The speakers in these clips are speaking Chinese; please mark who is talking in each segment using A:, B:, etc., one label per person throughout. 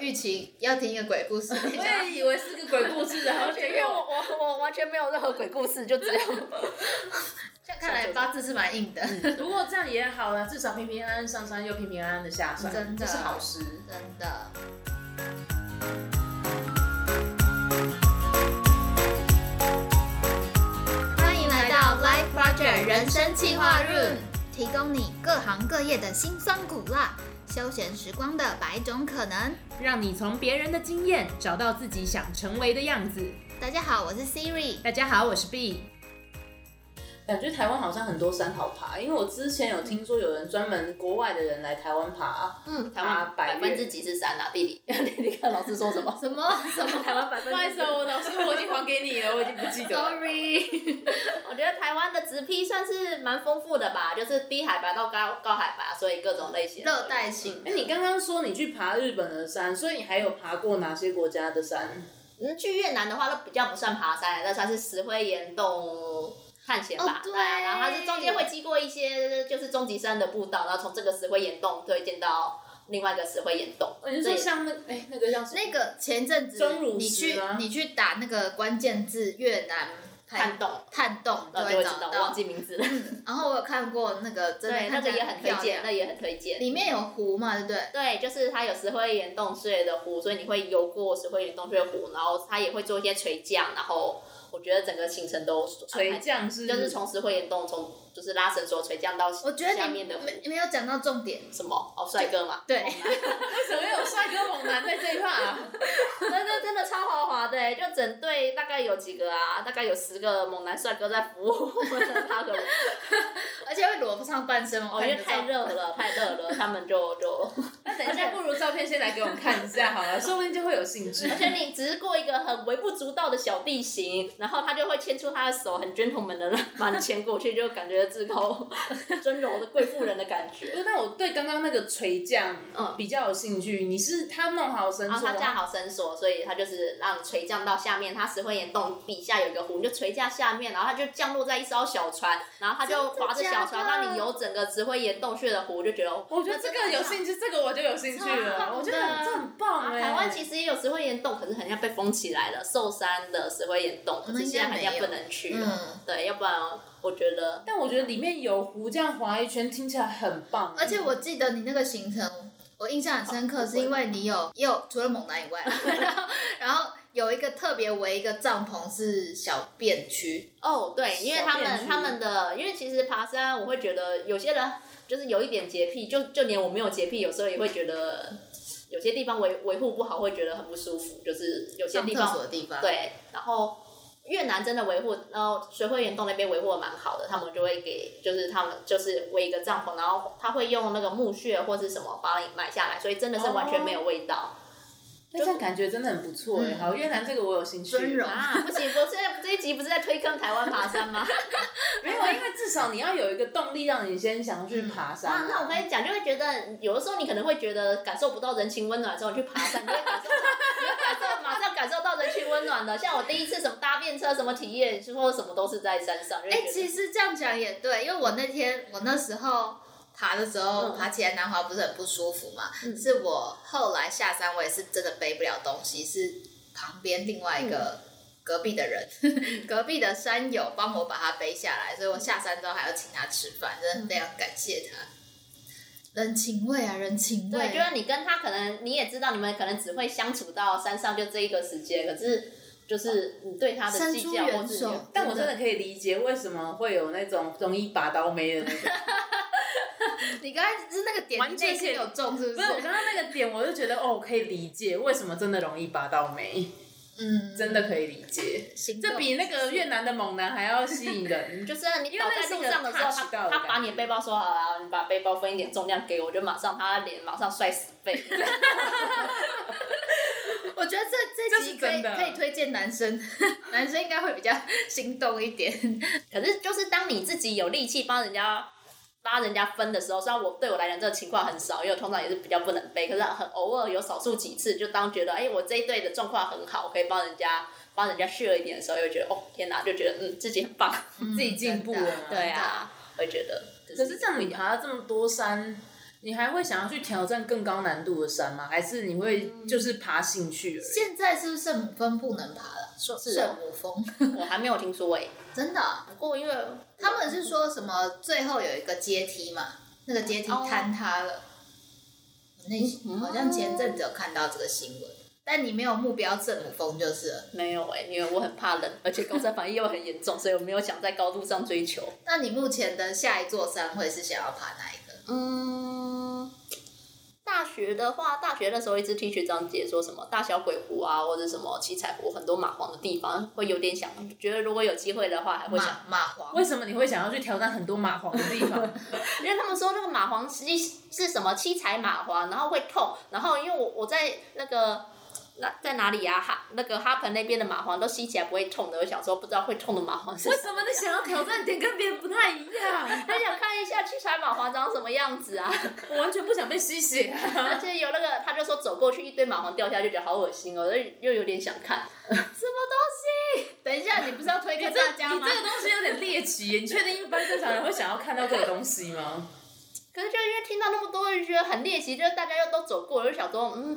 A: 玉琴要听一个鬼 故事，
B: 我也以为是个鬼故事，然后
C: 因为 我我我完全没有任何鬼故事，就只有
A: 像看来八字是蛮硬的，
C: 嗯
B: 不过这样也好了，至少平平安安上山，又平平安安的下山，
A: 真的
B: 这是好事。
A: 真的。欢迎来到 Life Project 人生企划 Room，提供你各行各业的辛酸苦辣，休闲时光的百种可能。
D: 让你从别人的经验找到自己想成为的样子。
A: 大家好，我是 Siri。
D: 大家好，我是 B。
B: 感觉台湾好像很多山好爬，因为我之前有听说有人专门国外的人来台湾爬，
C: 嗯，
B: 台湾
C: 百
B: 百
C: 分
B: 分
C: 之
B: 之
C: 几是山啊，地理，你看老师说什么？
A: 什么什么
D: 台湾百分
B: 不好意思哦，我老师我已经还给你了，我已经不记得了。
C: Sorry，我觉得台湾的直批算是蛮丰富的吧，就是低海拔到高高海拔，所以各种类型的。
A: 热带型
B: 哎、你刚刚说你去爬日本的山，所以你还有爬过哪些国家的山？
C: 嗯，去越南的话，都比较不算爬山，那算是石灰岩洞探险吧。
A: 哦对
C: 啊然后它是中间会经过一些就是终极山的步道，然后从这个石灰岩洞推荐到另外一个石灰岩洞。
B: 你是
C: 所
B: 说
C: 以
B: 像那哎、那个叫什么？
A: 那个前阵子
B: 钟乳
A: 你
B: 石啊
A: 去
B: 吗
A: 你去打那个关键字 越南
C: 探洞，
A: 探洞就
C: 然后就会
A: 会
C: 知
A: 找
C: 道，
A: 到
C: 忘。记名字了。
A: 然后我有看过那个，真的
C: 对，那
A: 看起来
C: 个也很推
A: 漂
C: 荐，
A: 亮
C: 那，也很推荐。
A: 里面有湖嘛，对不对？
C: 对，就是它有石灰岩洞穴的湖，所以你会游过石灰岩洞穴湖，然后它也会做一些垂降，然后我觉得整个行程都
B: 垂降是
C: 就是从石灰岩洞从就是拉绳索垂降到
A: 我觉得
C: 下
A: 你
C: 面的湖
A: 没没有讲到重点，
C: 什么哦，帅哥嘛，
A: 对，
B: 为什么有帅哥猛男在这一趴、啊？
C: 那那真的超豪华的欸，就整队大概有几个啊，大概有十个猛男帅哥在服务我们 他的，
A: 而且会裸上半身，
C: 哦，
A: 看
C: 因为
A: 得
C: 太
A: 到
C: 热了，太热了，他们就就。
B: 那等一下，不如照片先来给我们看一下好了，说不定就会有兴致
C: 而。且你只是过一个很微不足道的小地形，然后他就会牵出他的手，很 gentleman 的 把你牵过去，就感觉至高 尊柔的贵妇人的感觉。
B: 那我对刚刚那个垂降
C: 嗯
B: 比较有兴趣，你是他弄好绳
C: 然后
B: 索
C: 他
B: 的
C: 架
B: 话，
C: 好绳索，所以他就是让垂降到下面，他石灰岩洞底下有一个湖，你就垂降下面，然后他就降落在一艘小船，然后他 就划着
A: 真的假
C: 小船
A: 的
C: 让你游整个石灰岩洞穴的湖，就觉得哦
B: 我觉得这个有兴趣，这个我就有兴趣
C: 超棒
B: 了。
C: 的
B: 我觉得很这很棒
C: 啊，
B: 哎、
C: 台湾其实也有石灰岩洞，可是很像被封起来了，寿山的石灰岩洞，可是现在好像不能去了。
A: 嗯
C: 对，要不然我觉得
B: 但我觉得里面有湖，这样划一圈听起来很棒。欸
A: 而且我记得你那个行程，我印象很深刻，是因为你有也有除了猛男以 外，然后然后有一个特别围一个帐篷是小便区，
C: 哦，对，因为他
B: 小便
C: 们
B: 区
C: 他们的，因为其实爬山，我会觉得有些人就是有一点洁癖，就就连我没有洁癖，有时候也会觉得有些地方维维护不好，会觉得很不舒服，就是有些
A: 上
C: 地
A: 厕
C: 方
A: 所的地方，，
C: 对，然后。越南真的维护，然后水会岩洞那边维护的蛮好的，他们就会给，就是他们就是围一个帐篷，然后他会用那个木屑或是什么把你买下来，所以真的是完全没有味道、
B: 那这样感觉真的很不错哎、
A: 嗯
B: 好，越南这个我有兴趣。
A: 尊荣
C: 啊！不行，我现在这一集不是在推坑台湾爬山吗？
B: 没有，啊因为至少你要有一个动力，让你先想要去爬山、
C: 啊，那我跟你讲，就会觉得有的时候你可能会觉得感受不到人情温暖，之后你去爬山，你会感受到，你会感受马上感受到人情温暖的。像我第一次什么搭便车什么体验，说什么都是在山上，就
A: 哎、
C: 会觉
A: 其
C: 得。
A: 实这样讲也对，因为我那天我那时候爬的时候，
C: 嗯
A: 爬起来南华不是很不舒服嘛，是我后来下山，我也是真的背不了东西，是旁边另外一个隔壁的人， 隔壁的山友帮我把它背下来，所以我下山之后还要请他吃饭，真的非常感谢他。人情味啊，人情味！
C: 对，就是你跟他可能你也知道，你们可能只会相处到山上就这一个时间，可是就是你对他的
A: 伸
C: 计
A: 出
C: 较或
A: 援
C: 是
A: 手，
B: 但我真的可以理解为什么会有那种容易拔刀妹的那种。
A: 你刚才是那个点，
B: 完
A: 你内
B: 全
A: 心有中是不
B: 不是我
A: 是？
B: 刚刚那个点，我就觉得哦，我可以理解为什么真的容易拔到眉，
A: 嗯，
B: 真的可以理解。
A: 行动
B: 这比那个越南的猛男还要吸引人。
C: 就是你倒在路上的时候，
B: 因为那是一个 touch 到的
C: 他他
B: 感
C: 把
B: 觉
C: 你的背包收好了，你把背包分一点重量给我，就马上他脸马上摔死背。
A: 我觉得这这集
B: 这是
A: 可以
B: 真的
A: 可以推荐男生， 男生应该会比较心动一点。
C: 可是就是当你自己有力气帮人家拉人家分的时候，虽然我对我来讲这个情况很少，因为我通常也是比较不能背，可是很偶尔有少数几次，就当觉得哎、我这一队的状况很好，我可以帮人家帮人家 share 一点的时候，又觉得哦天哪，就觉得 嗯自己很棒，
B: 自己进步了
A: 真的
C: 对啊，会觉得。
B: 可是这样你爬了这么多山，你还会想要去挑战更高难度的山吗？还是你会就是爬兴趣而已？
A: 现在是不是圣母峰不能爬了？圣
C: 是哦
A: 圣母峰
C: 我还没有听说哎、
A: 真的啊、
C: 不过因为
A: 他们是说什么最后有一个阶梯嘛，那个阶梯
B: 哦
A: 坍塌了。我
B: 嗯
A: 那好像前阵子有看到这个新闻，但你没有目标圣母峰就是了。
C: 没有哎、因为我很怕冷，而且高山反应又很严重，所以我没有想在高度上追求。
A: 那你目前的下一座山会是想要爬哪一个？
C: 嗯，大学的话，大学那时候一直听学长姐说什么大小鬼湖啊，或者什么七彩湖，很多蚂蟥的地方，会有点想，觉得如果有机会的话，还会想，
A: 蚂蚂蟥
B: 为什么你会想要去挑战很多蚂蟥的地 方？
C: 因为他们说那个蚂蟥实际是什么七彩蚂蟥，然后会痛，然后因为我我在那个。那在哪里呀、哈，那个哈盆那边的蚂蟥都吸起来不会痛的。我小时候不知道会痛的蚂蟥是
D: 为什么你想要挑战点跟别人不太一样？
C: 很想看一下七彩蚂蟥长什么样子啊！
B: 我完全不想被吸血、啊
C: 而且有那个，他就说走过去一堆蚂蟥掉下去，觉得好恶心哦，又又有点想看。
A: 等一下，你不是要推给大家
B: 你
A: 吗
B: 这？个东西有点猎奇耶，你确定一般正常人会想要看到这个东西吗？
C: 可是就因为听到那么多，就觉得很猎奇，就是大家又都走过了，就想说，嗯，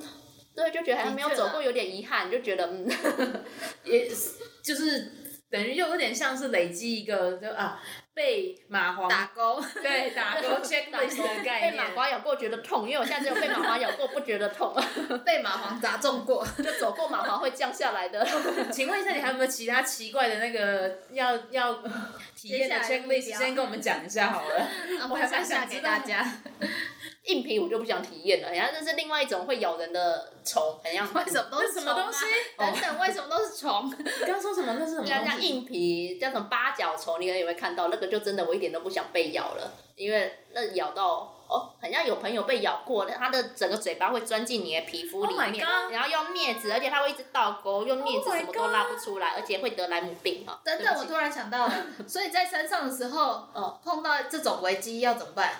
C: 对，就觉得好像没有走过有点遗憾，就觉得嗯，
B: 也是就是等于又有点像是累积一个就啊被蚂蟥
A: 打勾，
B: 对打勾 checklist 的概
C: 被
B: 念
C: 马。蟥咬过觉得痛，因为我现在只有被马蟥咬过不觉得痛，
A: 被蚂蟥砸中过。
C: 就走过马蟥会降下来的。
B: 请问一下，你还有没有其他奇怪的那个要要体
A: 接
B: 验的
A: 下来的目标
B: checklist？先跟我们讲一下好了。
A: 啊
B: 我还蛮
A: 分享
B: 想
A: 一下
B: 知
A: 给
B: 道
A: 大 家。
C: 硬皮我就不想体验了，然后这是另外一种会咬人的虫， 很像
A: 为什么都是
B: 那什么
A: 虫啊
B: 东西
A: 等等，为什么都是虫？
B: 哦你刚刚说什么？那是什么
C: 像
B: 东
C: 啊像
B: 西？
C: 硬皮，叫什么八角虫，你可能也会看到，那个就真的我一点都不想被咬了，因为那咬到哦，很像有朋友被咬过，它的整个嘴巴会钻进你的皮肤里
B: Oh my
C: 面
B: god
C: 然后用镊子，而且它会一直倒钩，用镊子
B: Oh my
C: 什么都拉不出来而且会得莱姆病哈。
A: 等
C: 对
A: 等，
C: 不
A: 我
C: 起
A: 突然想到了，所以在山上的时候，
C: 哦
A: 碰到这种危机要怎么办？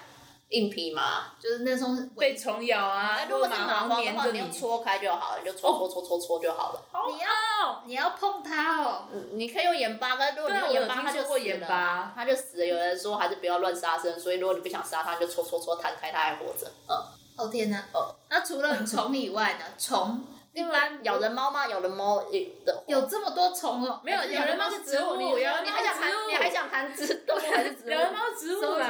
C: 硬皮嘛，
A: 就是那种
B: 被
A: 危，
B: 虫咬啊，
C: 那如果是
B: 蚂
C: 蚂
B: 蟥粘
C: 蟥的话，
B: 着
C: 你哦用
B: 你。
C: 戳开就好了，你就戳戳戳戳戳就好了。
A: 你要你要碰它哦。
C: 嗯你可以用盐巴，但如果
B: 对
C: 你
B: 啊
C: 用盐巴，
B: 我有
C: 它
B: 听
C: 就
B: 说过
C: 死
B: 盐
C: 了
B: 巴
C: 它就死了。有人说还是不要乱杀生，所以如果你不想杀它，你就戳戳戳弹开，它还活着。嗯。
A: 哦天哪！
C: 哦
A: 那除了虫以外呢？虫
C: 一般咬人猫吗？咬啊人猫也的
A: 有这么多虫哦。
B: 没有
A: 而且
B: 有人猫是植物
A: 有人
C: 你
A: 猫
C: 还想
B: 植物
C: 谈你还想谈植动物还是植物？
B: 有人猫植物 啦，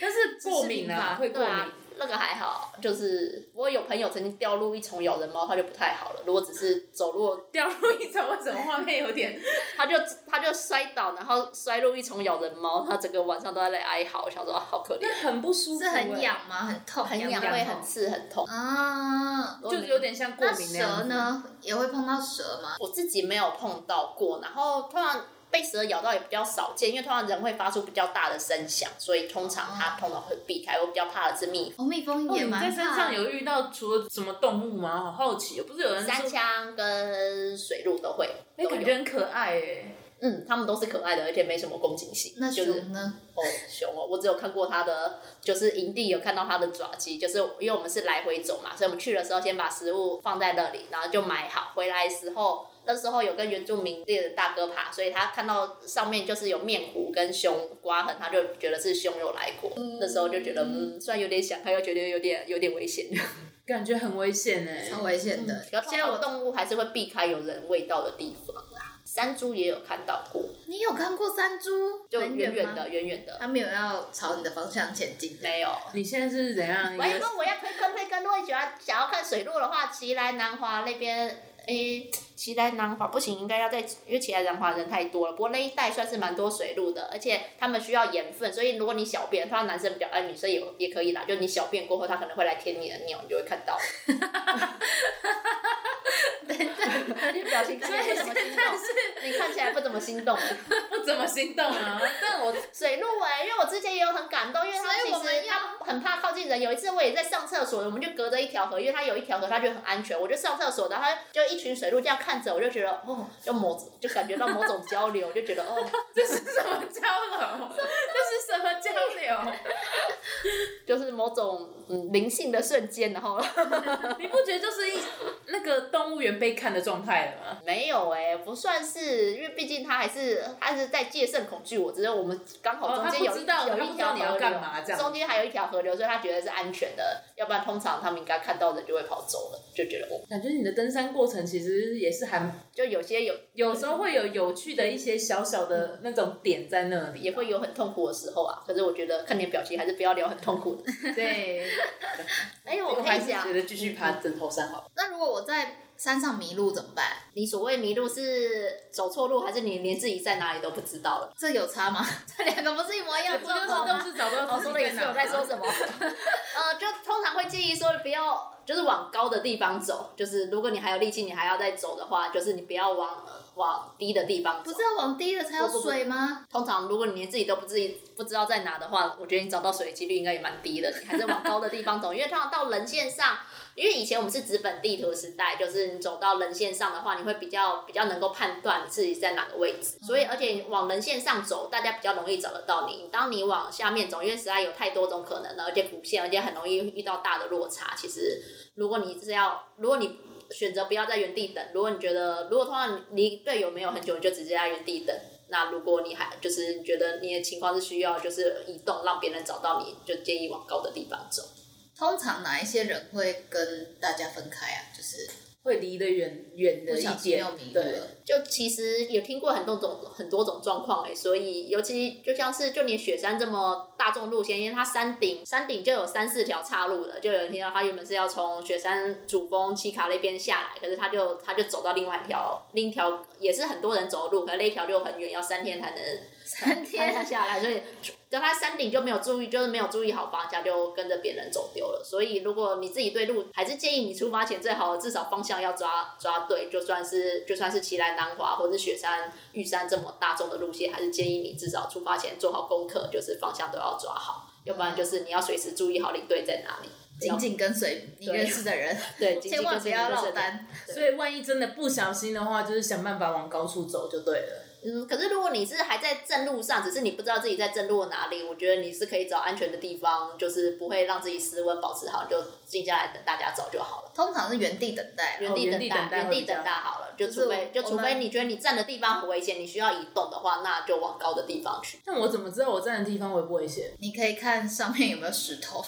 B: 但是过敏啊，会过
C: 对
B: 敏。
C: 啊，那个还好，就是我有朋友曾经掉入一丛咬人猫，他就不太好了。如果只是走路，
B: 掉入一种为什么画面有点？
C: 他就他就摔倒，然后摔入一丛咬人猫，他整个晚上都在那里哀嚎，我想说啊好可怜
B: 那，很不舒服、欸
A: 是很，痒吗？很痛，
C: 很痒，
A: 痒
C: 会很刺很痛。
A: 啊。
C: 如果
B: 就
C: 你
B: 是有点像过
A: 那
B: 敏那样
A: 蛇
B: 子？
A: 呢？也会碰到蛇吗？
C: 我自己没有碰到过，然后通常被蛇咬到也比较少见，因为通常人会发出比较大的声响，所以通常它通常会避开。我比较怕的是蜜蜂、
A: 哦，蜜蜂
B: 哦，
A: 也
B: 你
A: 蛮
B: 在山上
A: 怕
B: 有遇到除了什么动物吗？好好奇哦，不是有人
C: 山
B: 说，
C: 枪跟水鹿都会，
B: 哎，
C: 都
B: 感
C: 有。
B: 觉很可爱哎。
C: 嗯，它们都是可爱的，而且没什么攻击性。
A: 那
C: 就是
A: 熊呢？
C: 哦，熊哦，我只有看过它的，就是营地有看到它的爪迹，就是因为我们是来回走嘛，所以我们去的时候先把食物放在那里，然后就买好，回来的时候。那时候有跟原住民猎的大哥爬，所以他看到上面就是有面糊跟熊刮痕，他就觉得是熊有来过。那时候就觉得，嗯，虽然有点想看，又觉得有点有点危险。
B: 感觉很危险哎、
A: 超危险的。
C: 然
A: 嗯
C: 后
A: 现
C: 现
A: 在
C: 在
A: 我
C: 我动物还是会避开有人味道的地方啦。山猪也有看到过，
A: 你有看过山猪？
C: 就
A: 很
C: 远
A: 吗
C: 远，的，远远的，
A: 它没有要朝你的方向前进的。
C: 没有。
B: 你现在是怎样？
C: 喂，如果我要推坑推坑，如果喜欢想要看水路的话，奇来南华那边，诶、奇来南华不行，应该要在，因为奇来南华人太多了。不过那一带算是蛮多水路的，而且他们需要盐分，所以如果你小便，通常男生比较爱，女生也也可以啦。就你小便过后，他可能会来舔你的尿，你就会看到。等等，你表情看起来不怎么心动，你看起来不怎么心动。
B: 不怎么心动 啊，但 我
C: 水路哎、因为我之前也有很感动，因为他
A: 所以
C: 其
A: 我们
C: 实
A: 要
C: 他很怕靠近人。有一次我也在上厕所，我们就隔着一条河，因为他有一条河，他觉得很安全。我就上厕所，然后他就一群水路这样看着，我就觉得哦，就某就感觉到某种交流，我就觉得 哦，
B: 这是什么交流？这是什么交 流？
C: 就是某种嗯灵性的瞬间，然后
B: 你不觉得就是一那个动物园被看的状态了吗？
C: 没有哎、不算是，因为毕竟他还是他是在戒慎恐惧我，只是我们刚好
B: 哦
C: 中
B: 他
C: 间
B: 不
C: 有、
B: 知道他
C: 有
B: 不
C: 一
B: 知
C: 条
B: 道你要
C: 河
B: 干
C: 流
B: 嘛这样
C: 中间还有一条河流，所以他觉得是安全的，要不然通常他们应该看到人就会跑走了，就觉得哦我
B: 感觉你的登山过程其实也是还
C: 就有些有
B: 有时候会有有趣的一些小小的那种点在那里，
C: 也会有很痛苦的时候啊，可是我觉得看你的表情还是不要聊很痛苦的。
B: 对，
C: 哎、我
B: 我
C: 跟
B: 还
C: 你
B: 是
C: 讲
B: 觉，得继续爬枕头山好。
A: 那如果我在山上迷路怎么办？
C: 你所谓迷路是走错路，还是你连自己在哪里都不知道了？
A: 这有差吗？这两个不是一模一样的状况吗？
B: 是找不到
C: 我说的也是我在说什么， 呃，就通常会建议说不要，就是往高的地方走，就是如果你还有力气，你还要再走的话，就是你不要往呃往低的地方走
A: 不是。要往低了才有
C: 不不不
A: 水吗？
C: 通常如果你连自己都不自己不知道在哪的话，我觉得你找到水的几率应该也蛮低的，你还是往高的地方走，因为通常到人线上，因为以前我们是纸本地图时代，就是你走到人线上的话，你会比较比较能够判断你自己在哪个位置，所以而且你往人线上走，大家比较容易找得到你。当你往下面走，因为实在有太多种可能了，而且古线，而且很容易遇到大的落差。其实如果你是要，如果你选择不要在原地等，如果你觉得，如果通常你离队友没有很久，你就直接在原地等。那如果你还就是你觉得你的情况是需要就是移动，让别人找到你，就建议往高的地方走。
A: 通常哪一些人会跟大家分开啊？就是
B: 会离得远远
A: 不
B: 的
A: 小
B: 一
A: 心
B: 点
A: 又迷，路
B: 对，
A: 了。
C: 就其实有听过很多种很多种状况哎，所以尤其就像是就连雪山这么大众路线，因为它山顶山顶就有三四条岔路的，就有人听到他原本是要从雪山主峰七卡那边下来，可是他就他就走到另外一条另一条也是很多人走的路，可是那一条就很远，要三天才能
A: 三
C: 天
A: 天，
C: 下来，所以就他山顶就没有注意，就是没有注意好方向，就跟着别人走丢了。所以如果你自己对路，还是建议你出发前最好至少方向要抓抓对，就算是就算是奇兰南华或是雪山玉山这么大众的路线，还是建议你至少出发前做好功课，就是方向都要抓好，要不然就是你要随时注意好领队在哪里。
A: 紧紧跟随你认识的人，
C: 对，紧
A: 千
C: 紧
A: 万
C: 跟
A: 不
C: 随你
A: 要
C: 的
A: 落
C: 身体
A: 单。
B: 所以万一真的不小心的话，就是想办法往高处走就对了。
C: 嗯，可是如果你是还在正路上，只是你不知道自己在正路的哪里，我觉得你是可以找安全的地方，就是不会让自己失温，保持好，就静下来等大家找就好了。
A: 通常是原地等待哦啦，
C: 原地
B: 原
C: 等
B: 地
C: 待
B: 等，待
C: 原
B: 会
C: 地
B: 比较
C: 等待好了，就
A: 就是
C: 除非就
A: 我
C: 除非
A: 们
C: 你觉得你站的地方很危险，你需要移动的话，那就往高的地方去。
B: 但我怎么知道我站的地方危不危险？
A: 你可以看上面有没有石头。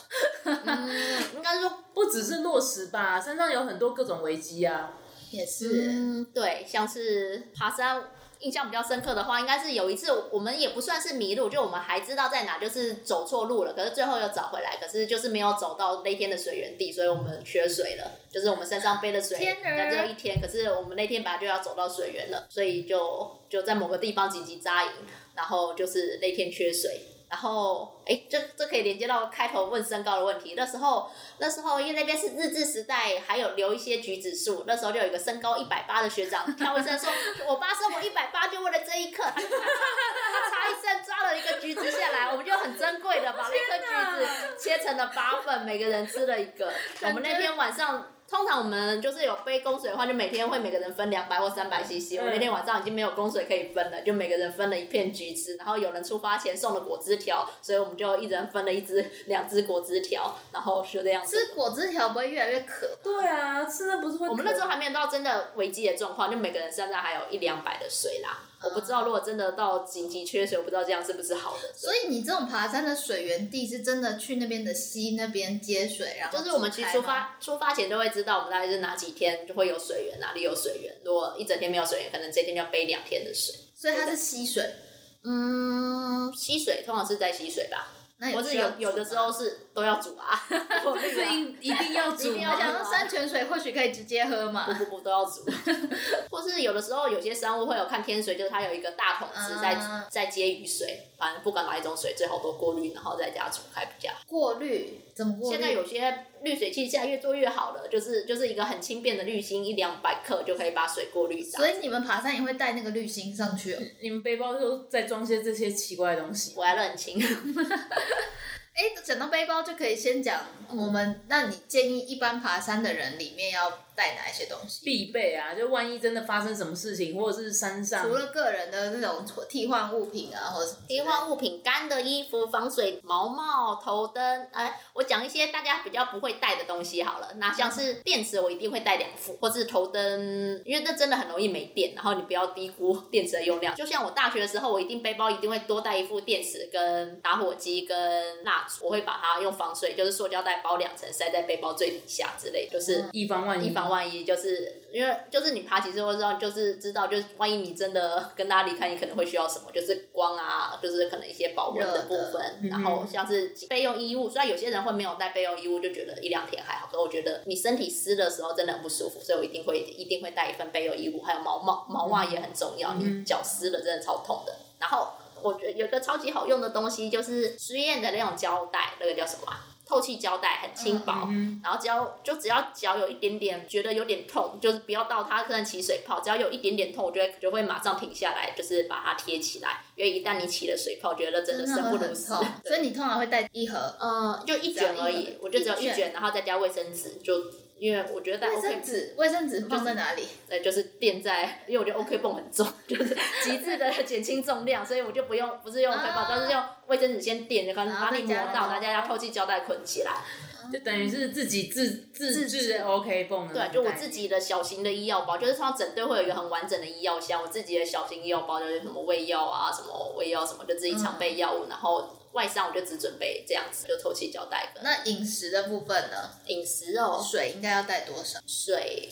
C: 嗯，应该说，
B: 不只是落石吧，山上有很多各种危机啊。
A: 也是，
C: 嗯，对，像是爬山。印象比较深刻的话，应该是有一次我们也不算是迷路，就我们还知道在哪，就是走错路了，可是最后又找回来，可是就是没有走到那天的水源地，所以我们缺水了，就是我们身上背的水
A: 天儿
C: 在最后一天，可是我们那天本来就要走到水源了，所以就就在某个地方紧急扎营，然后就是那天缺水。然后，哎，这这可以连接到开头问身高的问题。那时候，那时候因为那边是日治时代，还有留一些橘子树。那时候就有一个身高一百八的学长跳一声说：“我爸生我一百八，就为了这一刻，他就差一声抓了一个橘子下来，我们就很珍贵的把那颗橘子切成了八份，每个人吃了一个。我们那天晚上。通常我们就是有杯供水的话，就每天会每个人分两百或三百 CC。我那天晚上已经没有供水可以分了，就每个人分了一片橘子，然后有人出发前送了果汁条，所以我们就一人分了一支、两支果汁条，然后就这样子。
A: 吃果汁条不会越来越渴？
B: 对啊，吃那不是会
C: 我们那时候还没有到真的危机的状况，就每个人身上还有一两百的水啦。我不知道如果真的到紧急缺水，我不知道这样是不是好的。
A: 所以你这种爬山的水源地是真的去那边的溪那边接水，然后
C: 就是我们其实
A: 煮
C: 出
A: 开吗
C: 发出发前都会知道，我们大概是哪几天就会有水源，哪里有水源。如果一整天没有水源，可能这天就要背两天的水。
A: 所以它是溪水，
C: 嗯，溪水通常是在溪水吧，
A: 那也
C: 或
A: 需
C: 是
A: 要
C: 有
A: 煮
C: 有的时
A: 吗
C: 候是都要 煮啊，我
B: 不是一啊 一定要
C: 一
B: 煮
C: 定
A: 我
C: 要
B: 吗？
A: 想说山泉水或许可以直接喝嘛
C: 啊不，不不都要煮，或是有的时候有些商务会有看天水，就是它有一个大桶子在、
A: 嗯
C: 在接雨水，反正不管哪一种水，最好都过滤，然后在家煮开比较好。
A: 过滤怎么过滤？
C: 现在有些滤水器现在越做越好了，就是就是一个很轻便的滤芯，一两百克就可以把水过滤掉
A: 所。以你们爬山也会带那个滤芯上
C: 嗯
A: 去哦。
B: 你们背包都在装些这些奇怪的东西。
C: 我还认很轻，
A: 哎，讲到背包就可以先讲
C: 嗯
A: 我们，那你建议一般爬山的人里面要带哪一些东西？
B: 必备啊，就万一真的发生什么事情，或者是山上
A: 除了个人的那种替换物品啊，或者什么
C: 替换物品、干的衣服、防水毛帽、头灯，哎，我讲一些大家比较不会带的东西好了。那像是电池，我一定会带两副，或是头灯，因为那真的很容易没电。然后你不要低估电池的用量。就像我大学的时候，我一定背包一定会多带一副电池、跟打火机、跟蜡烛，我会把它用防水，就是塑胶袋包两层，塞在背包最底下之类，就是
B: 以防万一。
C: 以防万一，就是因为就是你爬几次会知道，就是知道，就是万一你真的跟大家离开，你可能会需要什么，就是光啊，就是可能一些保温的部分，然后像是备用衣物。虽然有些人会没有带备用衣物，就觉得一两天还好，可我觉得你身体湿的时候真的很不舒服，所以我一定会一定会带一份备用衣物，还有毛毛毛袜也很重要，你脚湿了真的超痛的。然后我觉得有一个超级好用的东西，就是实验的那种胶带，那个叫什么啊、透气胶带很轻
B: 嗯
C: 薄，然后只要就只要脚有一点点觉得有点痛，就是不要到它可能起水泡，只要有一点点痛，我就会就会马上停下来，就是把它贴起来，因为一旦你起了水泡，觉得真的生不
A: 会
C: 如
A: 很
C: 死。
A: 痛，所以你通常会带一盒
C: 嗯，就一卷而
A: 只要一
C: 已
A: 个，
C: 我就只有一
A: 一
C: 卷，
A: 卷
C: 然后再加卫生纸，就因为我觉得在
A: 卫
C: OK
A: 生纸，卫生纸放在哪里？
C: 呃，就是垫在，因为我觉得 OK 泵很重，就是极致的减轻重量，所以我就不用不是用 OK 泵，
A: 啊
C: 但是用卫生纸先垫，就可能
A: 然后
C: 把你
A: 再加
C: 磨
A: 那
C: 到，
A: 个
C: 大家要透气胶带捆起来。
B: 就等于是自己自自
A: 自
B: 制
A: 制
B: OK 泵的那
C: 对，啊
B: 种
C: 就我
B: 概
C: 自
B: 念
C: 己的小型的医药包，就是通常整队会有一个很完整的医药箱，我自己的小型医药包就是什么胃药啊，什么胃药什么，就自己常备药物，然后外伤我就只准备这样子，就透气胶带跟
A: 那饮食的部分呢？
C: 饮食哦，
A: 水应该要带多少？
C: 水，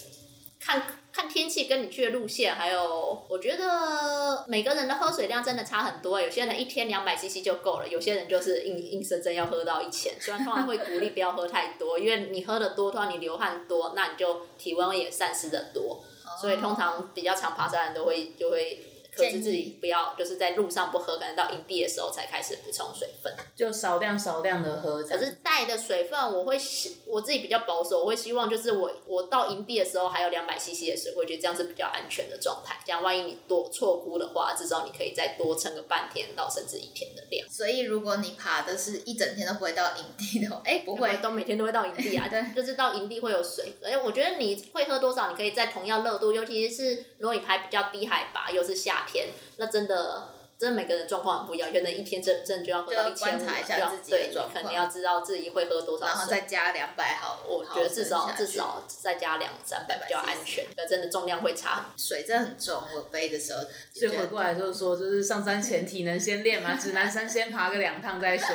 C: 看看天气跟你去的路线，还有我觉得每个人的喝水量真的差很多、有些人一天两百 CC 就够了，有些人就是硬硬生生要喝到一千。虽然通常会鼓励不要喝太多，因为你喝的多，通常你流汗多，那你就体温也散失的多，
A: 哦
C: 所以通常比较常爬山的人都会就会。克制自
A: 建
C: 己
A: 议
C: 不要，就是在路上不喝，可能到营地的时候才开始补充水分。
B: 就少量少量的喝这
C: 可
B: 样，
C: 是带的水分，我会希我自己比较保守，我会希望就是我我到营地的时候还有两百 CC 的水，我觉得这样是比较安全的状态。这样万一你多错估的话，至少你可以再多撑个半天到甚至一天的量。
A: 所以如果你爬的是一整天都不会到营地的话，哎，不
C: 不会
A: 会，，
C: 都每天都会到营地啊
A: 对
C: 就是到营地会有水。而且我觉得你会喝多少，你可以在同样热度，尤其是如果你排比较低海拔，又是夏天，那真的。真的每个人状况很不一样，有的人一天真真的就要喝到
A: 就
C: 一
A: 要
C: 千
A: 观
C: 五，
A: 察一下
C: 就要
A: 自己的
C: 对，你
A: 状
C: 可能
A: 况
C: 要知道自己会喝多少水，
A: 然后再加两百毫，
C: 我觉得至
A: 毫升
C: 少
A: 下
C: 至
A: 去
C: 少再加两三百比较安全，可真的重量会差很多。
A: 水真的很重，我背的时候
B: 所
A: 就
B: 以
A: 觉
B: 回
A: 得
B: 过来就是说，就是上山前体能先练嘛，指南山先爬个两趟 再说。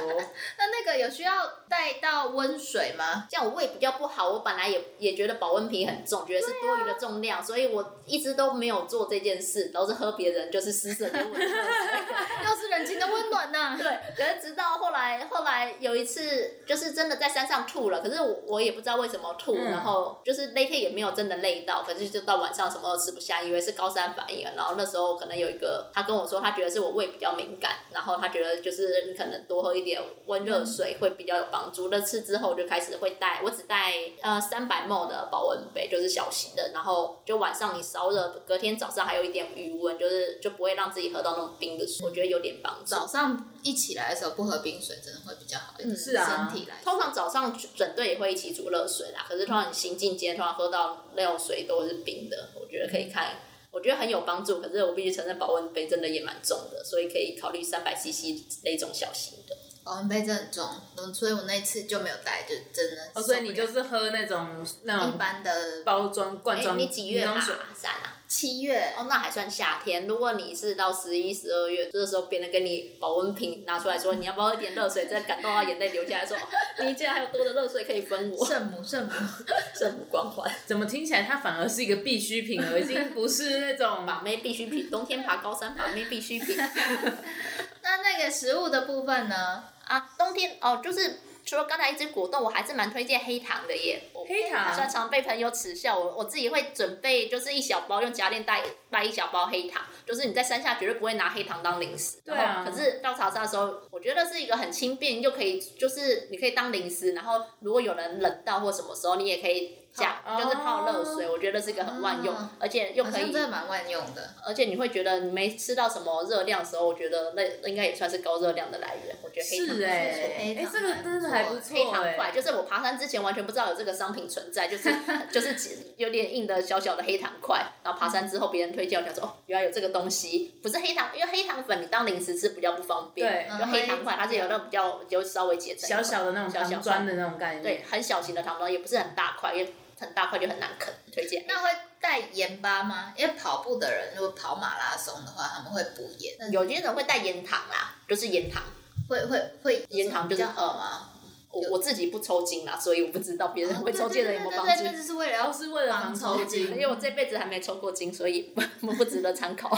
A: 那那个有需要带到温水吗？
C: 像我胃比较不好，我本来也也觉得保温瓶很重，觉得是多余的重量，所以我一直都没有做这件事，都是喝别人就是施舍给我的热水。
A: 要是人情的温暖呐、
C: 对，可是直到后来，后来有一次就是真的在山上吐了，可是我我也不知道为什么吐，
B: 嗯
C: 然后就是那天也没有真的累到，可是就到晚上什么都吃不下，以为是高山反应了。然后那时候可能有一个他跟我说，他觉得是我胃比较敏感，然后他觉得就是你可能多喝一点温热水会比较有帮助。那次之后我就开始会带，我只带呃三百 ml 的保温杯，就是小型的，然后就晚上你烧热，隔天早上还有一点余温，就是就不会让自己喝到那种冰的水，我觉得有点帮助。
A: 早上一起来的时候不喝冰水，真的会比较好一点。
B: 是啊
A: 身体来说。
C: 嗯通常早上整队也会一起煮热水啦，可是通常你行进间通常喝到那种水都是冰的，我觉得可以看，我觉得很有帮助。可是我必须承认，保温杯真的也蛮重的，所以可以考虑三百 CC 那种小型的。
A: 保温哦杯真的很重，嗯，所以我那次就没有带，就真的受不了。
B: 哦，所以你就是喝那种那
A: 一
B: 种
A: 般的
B: 包装罐
C: 哎，
B: 装
C: 你几月
B: 瓶
C: 爬
B: 装嗯水
C: 山啊？
A: 七月
C: 哦，那还算夏天。如果你是到十一、十二月，这时候别人给你保温瓶拿出来说，你要不要喝点热水？真的感动到眼泪流下来，说 你竟然还有多的热水可以分我，
A: 圣母圣母，
C: 圣母光环。
B: 怎么听起来它反而是一个必需品了，已经不是那 种
C: 把妹必需品，冬天爬高山把妹必需品。
A: 那那个食物的部分呢？
C: 啊，冬天哦，就是除了刚才一支果冻，我还是蛮推荐黑糖的耶。我
B: 黑
C: 好像
B: 糖。
C: 常被朋友耻笑，我我自己会准备就是一小包，用夹链带带一小包黑糖，就是你在山下绝对不会拿黑糖当零食。
B: 对啊
C: 然后可是到潮汕的时候，我觉得是一个很轻便又可以，就是你可以当零食，然后如果有人冷到或什么时候，你也可以架，
B: 泡
C: 就是泡热水，我觉得是一个很万用，
A: 啊
C: 而且又
A: 好
C: 可
A: 像
C: 以
A: 真，的蛮万用的。
C: 而且你会觉得你没吃到什么热量的时候，我觉得那那应该也算是高热量的来源。我觉得黑糖
B: 是哎、
A: 黑
B: 哎、
A: 糖
B: 这个真的还不
C: 黑
B: 错
C: 糖
B: 哎、
C: 块，就是我爬山之前完全不知道有这个商品存在，就是 就是几有点硬的小小的黑糖块，然后爬山之后别人推荐，我想说哦，原来有这个东西，不是黑糖，因为黑糖粉你当零食吃比较不方便，
A: 对
C: 就黑糖块它是有那种比较就稍微结成
B: 小小的那种
C: 小小
B: 糖砖的那种概念，
C: 对，很小型的糖包，也不是很大块，也很大块就很难啃，推荐。
A: 那会带盐巴吗？因为跑步的人如果跑马拉松的话，他们会补盐，那
C: 有些人会带盐糖啦，就是盐糖。
A: 会会会
C: 盐糖就
A: 比
C: 是
A: 较好吗？
C: 我
A: 有
C: 我自己不抽筋啦，所以我不知道别人会抽筋的人有没有帮
A: 对对
C: 助
A: 对对。对就是为了
B: 然后
A: 要
B: 是为了防抽
C: 因
B: 筋，
C: 为我这辈子还没抽过筋，所以不 不值得参考。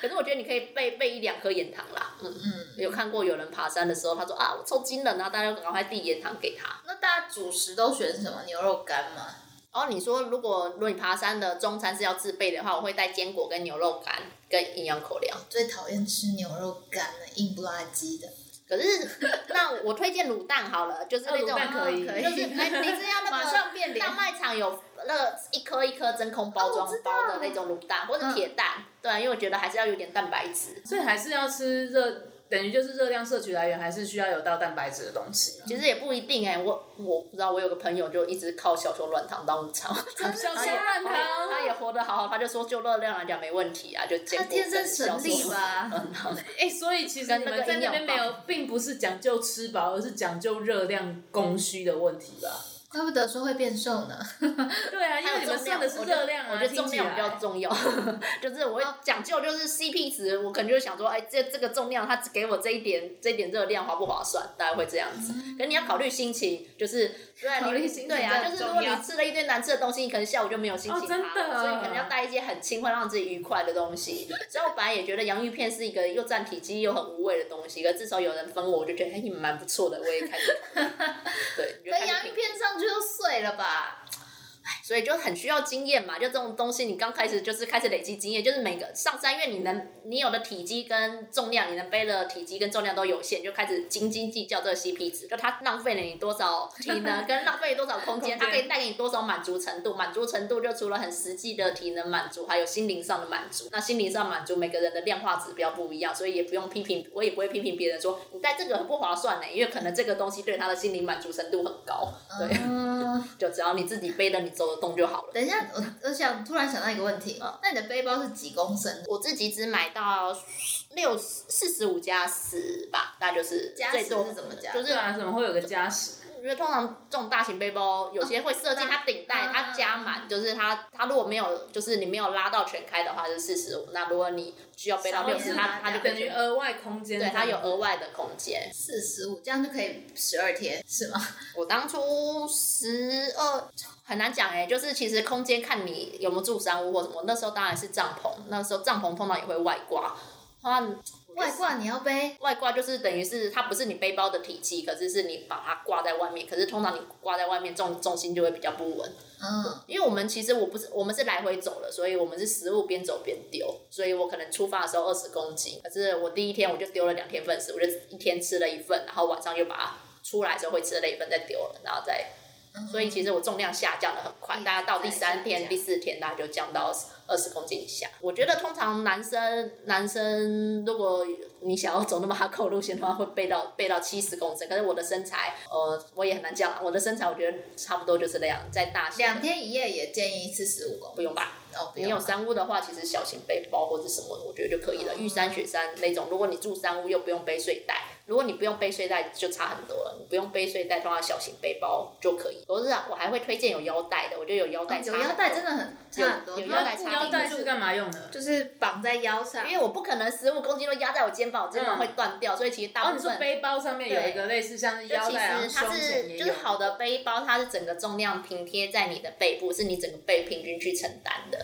C: 可是我觉得你可以备备一两颗盐糖啦。嗯，
A: 嗯。
C: 有看过有人爬山的时候，他说啊我抽筋了，然后大家就赶快递盐糖给他。
A: 那大家主食都选什么？牛肉干吗？
C: 然哦后你说如果如果你爬山的中餐是要自备的话，我会带坚果跟牛肉干跟营养口粮。
A: 最讨厌吃牛肉干了，硬不拉几的。
C: 可是那我推荐卤蛋好了，就是那
B: 哦卤
C: 种
B: 蛋可以
A: 可以
C: 就是哎，你是要
A: 马
C: 那
A: 上变
C: 个
A: 脸
C: 大。卖场有那一颗一颗真空包
A: 哦
C: 装
A: 我知道
C: 包的那种卤蛋，或者
A: 嗯
C: 铁蛋，对啊，因为我觉得还是要有点蛋白质。
B: 所以还是要吃热，等于就是热量摄取来源还是需要有到蛋白质的东西。
C: 其实也不一定哎、我我不知道，我有个朋友就一直靠小熊软糖当午餐，
B: 小
C: 他也啊他也活得好好，他就说就热量来讲没问题啊，就坚
A: 哦他
C: 果
A: 天生
C: 跟小
A: 神力
C: 熊
A: 吧？
C: 软糖。
B: 哎、所以其实你们在那边没有，并不是讲究吃饱，而是讲究热量供需的问题吧？
A: 怪不得说会变瘦呢。
B: 对啊，因
C: 嗯还有
B: 为你们
C: 重量
B: 算的是热量啊，
C: 我觉得重量比较
B: 听起来
C: 重要，就是我会讲究就是 CP 值，我可能就是想说，哎，这这个重量它只给我这一点这一点热量划不划算，大概会这样子。可是你要考虑心情，就是嗯对啊
A: 考虑
C: 你
A: 心情
C: 对啊，
A: 真的很
C: 就是如果
A: 重要
C: 你吃了一堆难吃的东西，你可能下午就没有心情
B: 哦真
C: 爬了
B: 的
C: 所以你可能要带一些很轻会让自己愉快的东西。所以我本来也觉得洋芋片是一个又占体积又很无味的东西，可是至少有人分我，我就觉得哎，你们蛮不错的，我也开始 对，你就
A: 可
C: 开始
A: 洋芋片上去就碎了吧？
C: 所以就很需要经验嘛。就这种东西，你刚开始就是开始累积经验，就是每个上山，因为你能你有的体积跟重量，你能背的体积跟重量都有限，就开始斤斤计较这个 CP 值，就它浪费了你多少体 能，跟浪费了多少空间，它可以带给你多少满足程度。满足程度就除了很实际的体能满足，还有心灵上的满足。那心灵上满足，每个人的量化指标不一样，所以也不用批评，我也不会批评别人说你带这个很不划算呢、因为可能这个东西对他的心灵满足程度很高。对。
A: 嗯，
C: 就只要你自己背的，你走得动就好了。
A: 等一下，我我想突然想到一个问题，
C: 嗯
A: 那你的背包是几公升？
C: 我自己只买到六四十五加十吧，那就是
A: 加
C: 最
A: 十
C: 多
A: 是怎么加
C: 就
B: 对
C: 是
B: 啊，怎么会有个加时？
C: 因为通常这种大型背包，有些会设计
A: 哦
C: 它顶带
A: 嗯
C: 它加满，就是它它如果没有就是你没有拉到全开的话是四十五，那如果你需要背到
A: 稍微
C: 六十，
A: 拉大
C: 它它就可
B: 等
C: 以
B: 于
C: 全
B: 额外空间，
C: 对它有额外的空间。
A: 四十五，这样就可以十二天是吗？
C: 我当初十二很难讲哎、就是其实空间看你有没有住山屋或什么。那时候当然是帐篷，那时候帐篷通常也会外挂，那
A: 外挂你要背，
C: 外挂就是等于是它不是你背包的体积，可是是你把它挂在外面，可是通常你挂在外面重重心就会比较不稳。
A: 嗯，
C: 因为我们其实我不是我们是来回走的，所以我们是食物边走边丢，所以我可能出发的时候二十公斤，可是我第一天我就丢了两天份食，我就一天吃了一份，然后晚上又把它出来的时候会吃了一份再丢了，然后再，所以其实我重量下降的很快，
A: 嗯
C: 大家到第三
A: 下
C: 天、
A: 降
C: 第四天大家就降到二十公斤以下。我觉得通常男生男生如果你想要走那么哈扣路线的话，会背到背到七十公斤，可是我的身材呃我也很难讲，我的身材我觉得差不多就是那样，在大型的
A: 两天一夜也建议是十五公
C: 不用吧。
A: 哦，不
C: 你有
A: 用。
C: 山屋的话，其实小型背包或者什么，我觉得就可以了。
A: 嗯
C: 玉山、雪山那种，如果你住山屋又不用背睡袋，如果你不用背睡袋就差很多了。你不用背睡袋，通常小型背包就可以。我是啊我还会推荐有腰带的，我觉得有腰带、
A: 哦有腰带真的很差很多，
C: 有有
B: 腰
C: 腰带插
B: 腰带
C: 进去
B: 是干嘛用的？
A: 就是绑在腰上
C: 因为我不可能十五公斤都压在我肩膀，我肩膀会断掉，所以其实大
B: 哦，
A: 嗯
C: 部
B: 你说
C: 分。
B: 背包上面有一个类似像是
C: 就
B: 腰
C: 其
B: 带，然啊后
C: 实它
B: 胸前
C: 是
B: 也
C: 就
B: 有
C: 是好的背包，它是整个重量平贴在你的背部，是你整个背平均去承担的。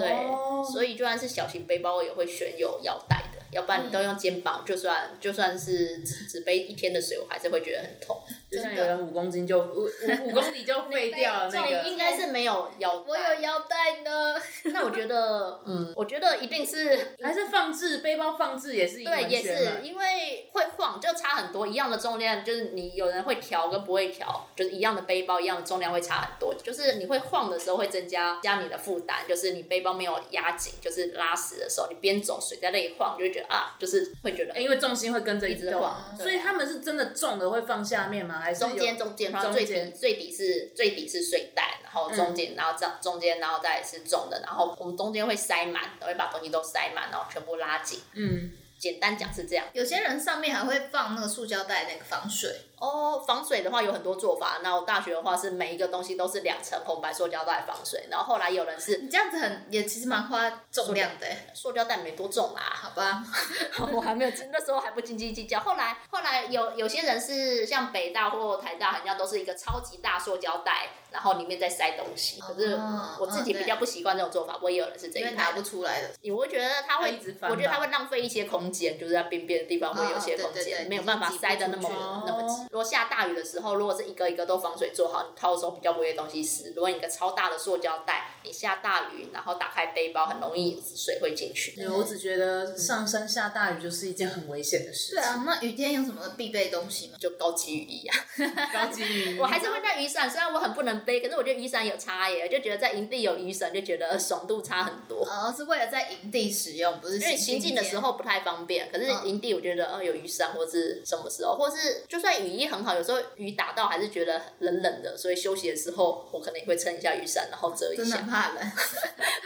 C: 对
B: 哦
C: 所以就算是小型背包，我也会选有腰带的，要不然你都用肩膀，就算就算是只只背一天的水，我还是会觉得很痛。
B: 就像有人五公斤就 五五五公里就废掉了那
C: 你
B: 个
C: 应该是没有腰带，
A: 我有腰带呢，
C: 那我觉得，嗯，我觉得一定是
B: 还是放置背包放置也是一个
C: 对，也
B: 选嘛
C: 是因为会晃，就差很多。一样的重量，就是你有人会调跟不会调，就是一样的背包，一样的重量会差很多。就是你会晃的时候会增加加你的负担，就是你背包没有压紧，就是拉实的时候，你边走水在那里晃，你就会觉得啊，就是会觉得哎、
B: 因为重心会跟着
C: 一直晃
B: 动，
C: 对
B: 所
C: 啊
B: 以他们是真的重的会放下面吗？还是有
C: 中间中间，然后最
B: 中
C: 底
B: 间
C: 最底是最底是睡袋，然后
A: 嗯
C: 中间，然后这样中间，然后再是重的，然后我们中间会塞满，会把东西都塞满，然后全部拉紧。
B: 嗯，
C: 简单讲是这样。
A: 有些人上面还会放那个塑胶袋那个防水，
C: 哦，防水的话有很多做法。那我大学的话是每一个东西都是两层红白塑胶袋防水，然后后来有人是
A: 你这样子很也其实蛮花重量的欸、
C: 塑胶袋没多重啦，
A: 好吧？
C: 我还没有 那时候还不斤斤计较。后来后来有有些人是像北大或台大，好像都是一个超级大塑胶袋，然后里面再塞东西。可是
A: 哦
C: 我自己
A: 嗯
C: 比较不习惯这种做法，不过也有人是这
A: 因为
C: 一
A: 拿
C: 派
A: 不
C: 的。
A: 出来的，
C: 我会觉得它会
B: 要一直，翻吧啊
C: 我觉得它会浪费一些空间，就是在边边的地方会有些空
A: 哦对对对
C: 间，没有办法塞的那
A: 挤
C: 么
A: 不
B: 出去哦
C: 那么紧。如果下大雨的时候，如果是一个一个都防水做好，你掏的时候比较不会东西湿。如果你一个超大的塑胶袋，你下大雨然后打开背包，很容易水会进去。
B: 我只觉得上山下大雨就是一件很危险的事
A: 对啊，那雨天有什么必备东西吗？
C: 就高级雨衣啊，
B: 高级雨衣
C: 我还是会带雨伞，虽然我很不能背，可是我觉得雨伞有差耶，就觉得在营地有雨伞就觉得爽度差很多。
A: 呃，是为了在营地使用，不是
C: 因为行进的时
A: 间，
C: 候不太方便，可是
A: 嗯
C: 营地我觉得，呃，有雨伞或是什么时候，或是就算雨衣很好，有时候雨打到还是觉得冷冷的，所以休息的时候我可能也会撑一下雨伞，然后遮一
A: 真的
C: 下
A: 很。怕冷。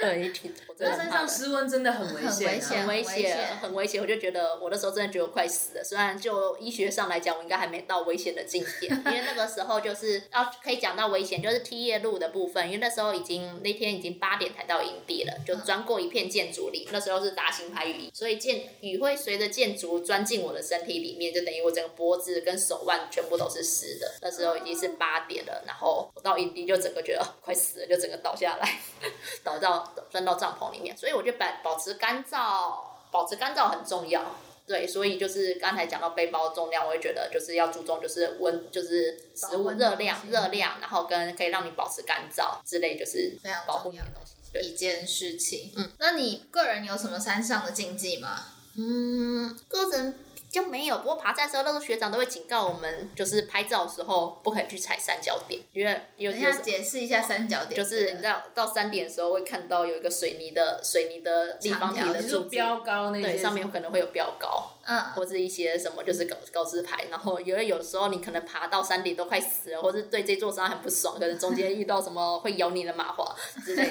C: 对，挺我真
B: 在
C: 的
B: 山
C: 很怕
B: 上
C: 冷
B: 失温真的很危险、啊，
A: 很危险
C: 很危
A: 很危险
C: 险，很危险。我就觉得我那时候真的觉得我快死了。虽然就医学上来讲，我应该还没到危险的境 界，因为那个时候就是要可以讲到危险，就是梯夜路的部分。因为那时候已经那天已经八点才到营地了，
A: 嗯
C: 就钻过一片建筑林。那时候是打醒牌雨衣，所以建雨会随着建筑钻进我的身体里面，就等于我整个脖子跟手腕全部都是湿的。那时候已经是八点了，然后我到营地就整个觉得、哦快死了，就整个倒下来。倒到钻到帐篷里面，所以我觉得保保持干燥，保持干燥很重要。对，所以就是刚才讲到背包重量，我也觉得就是要注重就是温，就是食
A: 保
C: 物
A: 温的
C: 热
A: 东西
C: 量、热量，然后跟可以让你保持干燥之类，就是
A: 非常
C: 保护
A: 重
C: 你
A: 要
C: 的东西。对，
A: 一件事情。嗯，那你个人有什么山上的禁忌吗？
C: 嗯，个人就没有。不过爬山的时候，那时候学长都会警告我们，就是拍照的时候不可以去踩三角点，因为有
A: 等一
C: 些
A: 下解释一下三角点，
C: 就是你知道到三点的时候会看到有一个水泥的水泥的立方体
A: 长条
C: 的
B: 就是
C: 柱
B: 说
C: 子，
B: 标高那些
C: 对，上面有可能会有标高。
A: 嗯，
C: 或是一些什么就是告告示牌，然后因为有时候你可能爬到山顶都快死了，或是对这座山很不爽，可能中间遇到什么会咬你的麻花之类，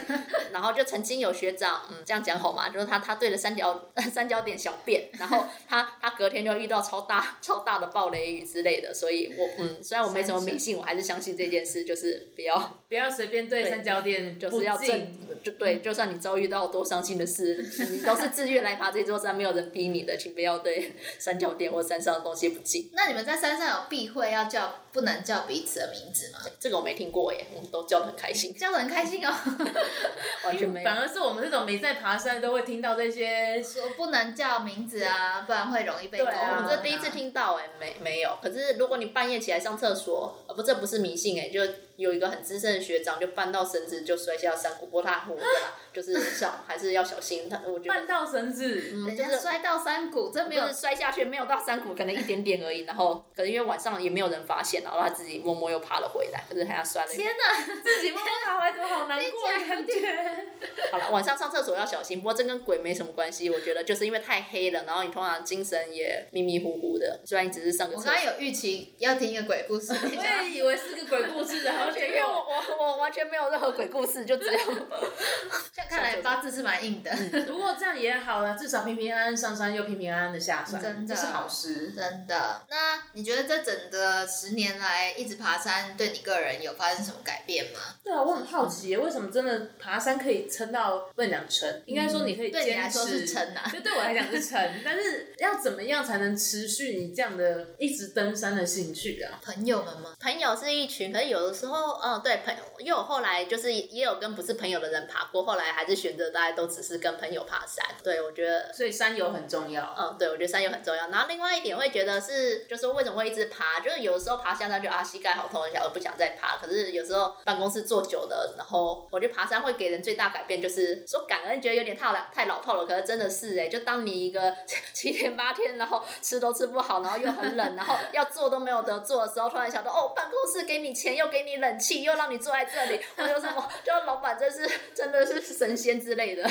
C: 然后就曾经有学长，嗯，这样讲好吗？就是他他对着三角 三角点小便，然后他他隔天就遇到超大超大的暴雷雨之类的，所以我嗯，虽然我没什么迷信，我还是相信这件事，就是不要
B: 不要随便对三角点
C: 就
B: 不
C: 是要正
B: 进，
C: 就对，就算你遭遇到多伤心的事，你都是自愿来爬这座山，没有人逼你的，请不要对三角点或山上的东西不敬。
A: 那你们在山上有避讳要叫不能叫彼此的名字吗？
C: 这个我没听过耶，我们都叫得很开心，
A: 叫的很开心哦，
C: 完全没有
B: 反。而是我们这种没在爬山都会听到这些
A: 说不能叫名字啊，不然会容易被
C: 对
A: 勾
C: 啊，
A: 啊。
C: 我这第一次听到哎、没没有。可是如果你半夜起来上厕所，呃不，这不是迷信哎、就有一个很资深的学长就绊到绳子就摔下山谷，不过他活了啦， 就是小还是要小心。他我觉
B: 绊
C: 得。
B: 到绳子，
C: 嗯
A: 人家摔到山谷，这没
C: 没有
A: 有
C: 摔下去，没有到山谷，可能一点点而已。然后可能因为晚上也没有人发现，然后他自己默默又爬了回来，可是还要摔了一。
A: 天哪，
B: 自己摸摸爬回来怎么好难过的感觉？
C: 好了，晚上上厕所要小心，不过这跟鬼没什么关系。我觉得就是因为太黑了，然后你通常精神也迷迷糊糊的，虽然你只是上个
A: 我
C: 厕
A: 刚
C: 所
A: 刚。有预期要听一个鬼 故事， 啊
B: 我也以为是个鬼故事，然后
C: 因为我我我完全没有任何鬼故事，就只有
A: 看来八字是蛮硬的，
C: 嗯
B: 不过这样也好了，至少平平安安上山又平平安安的下山，
A: 真的
B: 这是好事。
A: 真的。那你觉得这整个十年来一直爬山，对你个人有发生什么改变吗？
B: 对啊，我很好奇耶，为什么真的爬山可以撑到不能讲撑，应该说嗯你可以
A: 对你来
B: 坚
A: 说是
B: 持。
A: 撑啊，
B: 就对我来讲是撑，但是要怎么样才能持续你这样的一直登山的兴趣啊？
A: 朋友们吗？
C: 朋友是一群，可是有的时候后嗯，对朋友，因为我后来就是也也有跟不是朋友的人爬过，后来还是选择大家都只是跟朋友爬山。对，我觉得
B: 所以山友很重要。
C: 嗯，对，我觉得山友很重要。然后另外一点会觉得是，就是为什么会一直爬，就是有时候爬下山就啊膝盖好痛，很想我不想再爬。可是有时候办公室坐久了，然后我觉得爬山会给人最大改变就是说感恩，觉得有点太老太老套了。可是真的是哎、就当你一个七天八天，然后吃都吃不好，然后又很冷，然后要做都没有得做的时候，突然想到哦，办公室给你钱，又给你冷气，又让你坐在这里，我有什么？ 就老板真是真的是神仙之类的，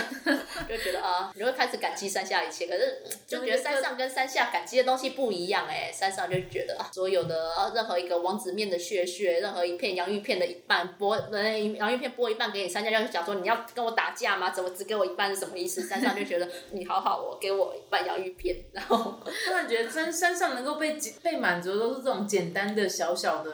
C: 就觉得啊、你会开始感激山下一切。可是就觉得山上跟山下感激的东西不一样哎、山上就觉得啊所有的、啊任何一个王子面的血血，任何一片洋芋片的一半剥，呃洋芋片剥一半给你，山下就想说你要跟我打架吗？怎么只给我一半是什么意思？山上就觉得你好好哦，给我一半洋芋片，然后
B: 突然觉得真山上能够被解被满足，都是这种简单的小小的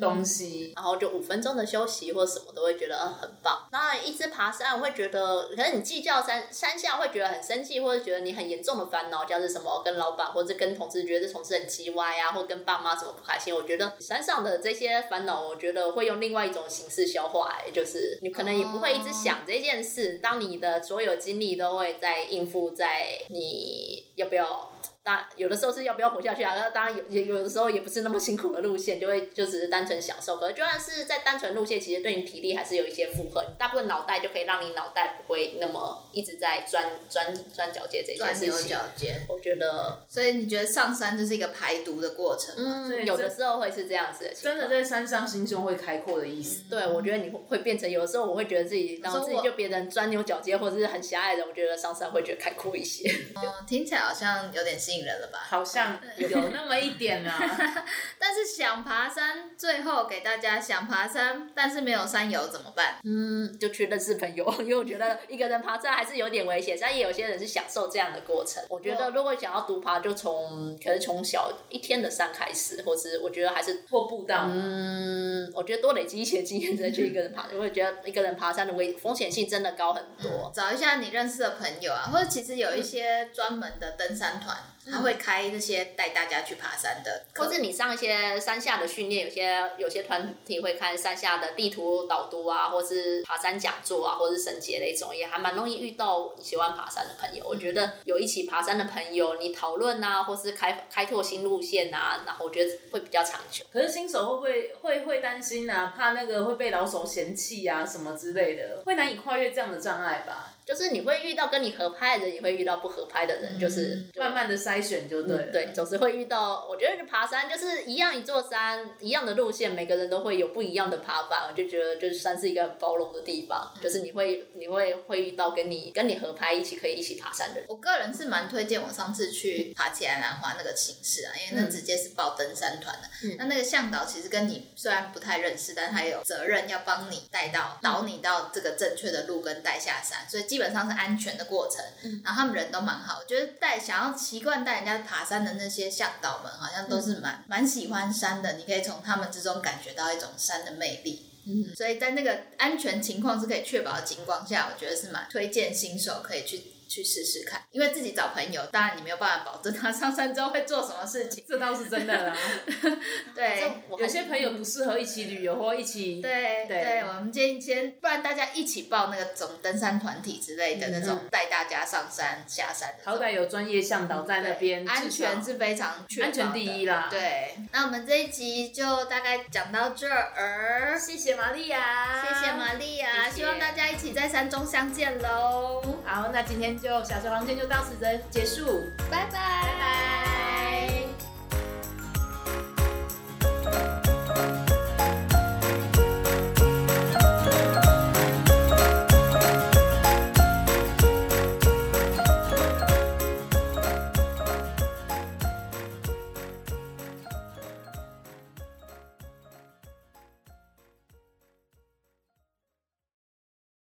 B: 东西。
C: 然后就五分钟的休息或什么都会觉得嗯很棒。那一直爬山，我会觉得，可能你计较山山下会觉得很生气，或者觉得你很严重的烦恼，像是什么跟老板或者跟同事觉得这同事很叽歪啊，或跟爸妈什么不开心。我觉得山上的这些烦恼，我觉得会用另外一种形式消化、欸，就是你可能也不会一直想这件事。当你的所有精力都会在应付在你要不要那有的时候是要不要活下去啊？那当然有，也啊有的时候也不是那么辛苦的路线，就会就只是单纯享受。可是就算是在单纯路线，其实对你体力还是有一些负荷。大部分脑袋就可以让你脑袋不会那么一直在钻 钻钻脚尖这件
A: 钻牛
C: 事情
A: 角。尖。
C: 我觉得，
A: 所以你觉得上山就是一个排毒的过程吗？
B: 所以
C: 嗯，有的
B: 这
C: 时候会是这样子的情
B: 真
C: 况。
B: 的在山上心胸会开阔的意思。
C: 对，我觉得你会会变成，有的时候我会觉得自己，然后
A: 说
C: 自己
A: 我
C: 就别人钻牛角尖，或者是很狭隘的，我觉得上山会觉得开阔一些。
A: 嗯，听起来好像有点吸引人了吧？
B: 好像有那么一点 啊，
A: 但是想爬山，最后给大家想爬山，但是没有山友怎么办？
C: 嗯，就去认识朋友， 因为我觉得一个人爬山还是有点危险，但也有些人是享受这样的过程。我觉得如果想要独爬，就从可能从小一天的山开始，或是我觉得还是
B: 或步道，
C: 嗯，我觉得多累积一些经验再去一个人爬， 因为我觉得一个人爬山的危风险性真的高很多。
A: 找一下你认识的朋友啊，或者其实有一些专门的登山团，他会开那些带大家去爬山的课，
C: 或是你上一些山下的训练，有些有些团体会看山下的地图导读啊，或是爬山讲座啊，或是绳结那种，也还蛮容易遇到喜欢爬山的朋友。我觉
B: 嗯
C: 得有一起爬山的朋友，你讨论啊，或是开开拓新路线啊，然后我觉得会比较长久。
B: 可是新手会不会会会担心啊？怕那个会被老手嫌弃啊，什么之类的，会难以跨越这样的障碍吧？
C: 就是你会遇到跟你合拍的人，也会遇到不合拍的人，就是
B: 嗯
C: 就
A: 啊
B: 慢慢的筛选就对
A: 嗯
B: 了。
C: 嗯对，总是会遇到。我觉得爬山就是一样一座山，一样的路线，每个人都会有不一样的爬法。我就觉得，就是山是一个很包容的地方，就是你会你会会遇到跟你跟你合拍一起可以一起爬山的人。
A: 我个人是蛮推荐我上次去爬奇兰兰花那个形式啊，因为那直接是报登山团的、那那个向导其实跟你虽然不太认识，但他有责任要帮你带到导你到这个正确的路跟带下山，所以基本上是安全的过程。然后他们人都蛮好，我觉得带想要习惯带人家爬山的那些向导们，好像都是蛮、蛮喜欢山的。你可以从他们之中感觉到一种山的魅力。嗯，所以在那个安全情况是可以确保的情况下，我觉得是蛮推荐新手可以去去试试看，因为自己找朋友，当然你没有办法保证他上山之后会做什么事 情。
B: 这倒是 真的啦。
A: 对，
C: 我还
B: 有些朋友不适合一起旅游或一起，
A: 对
B: 对
A: 对，我们建议先，不然大家一起报那个总登山团体之类的那种，带大家上山下山的这种。
B: 好歹有专业向导在那边，
A: 对安
B: 至少
A: 全是非常确
B: 安全
A: 保的
B: 第一啦
A: 对，那我们这一集就大概讲到这儿，
B: 谢谢玛利亚，
A: 谢谢玛丽亚，
B: 谢谢
A: 希望大家一起在山中相见喽，
B: 好，那今天就小时航天就到此的结束。
A: 拜拜。拜拜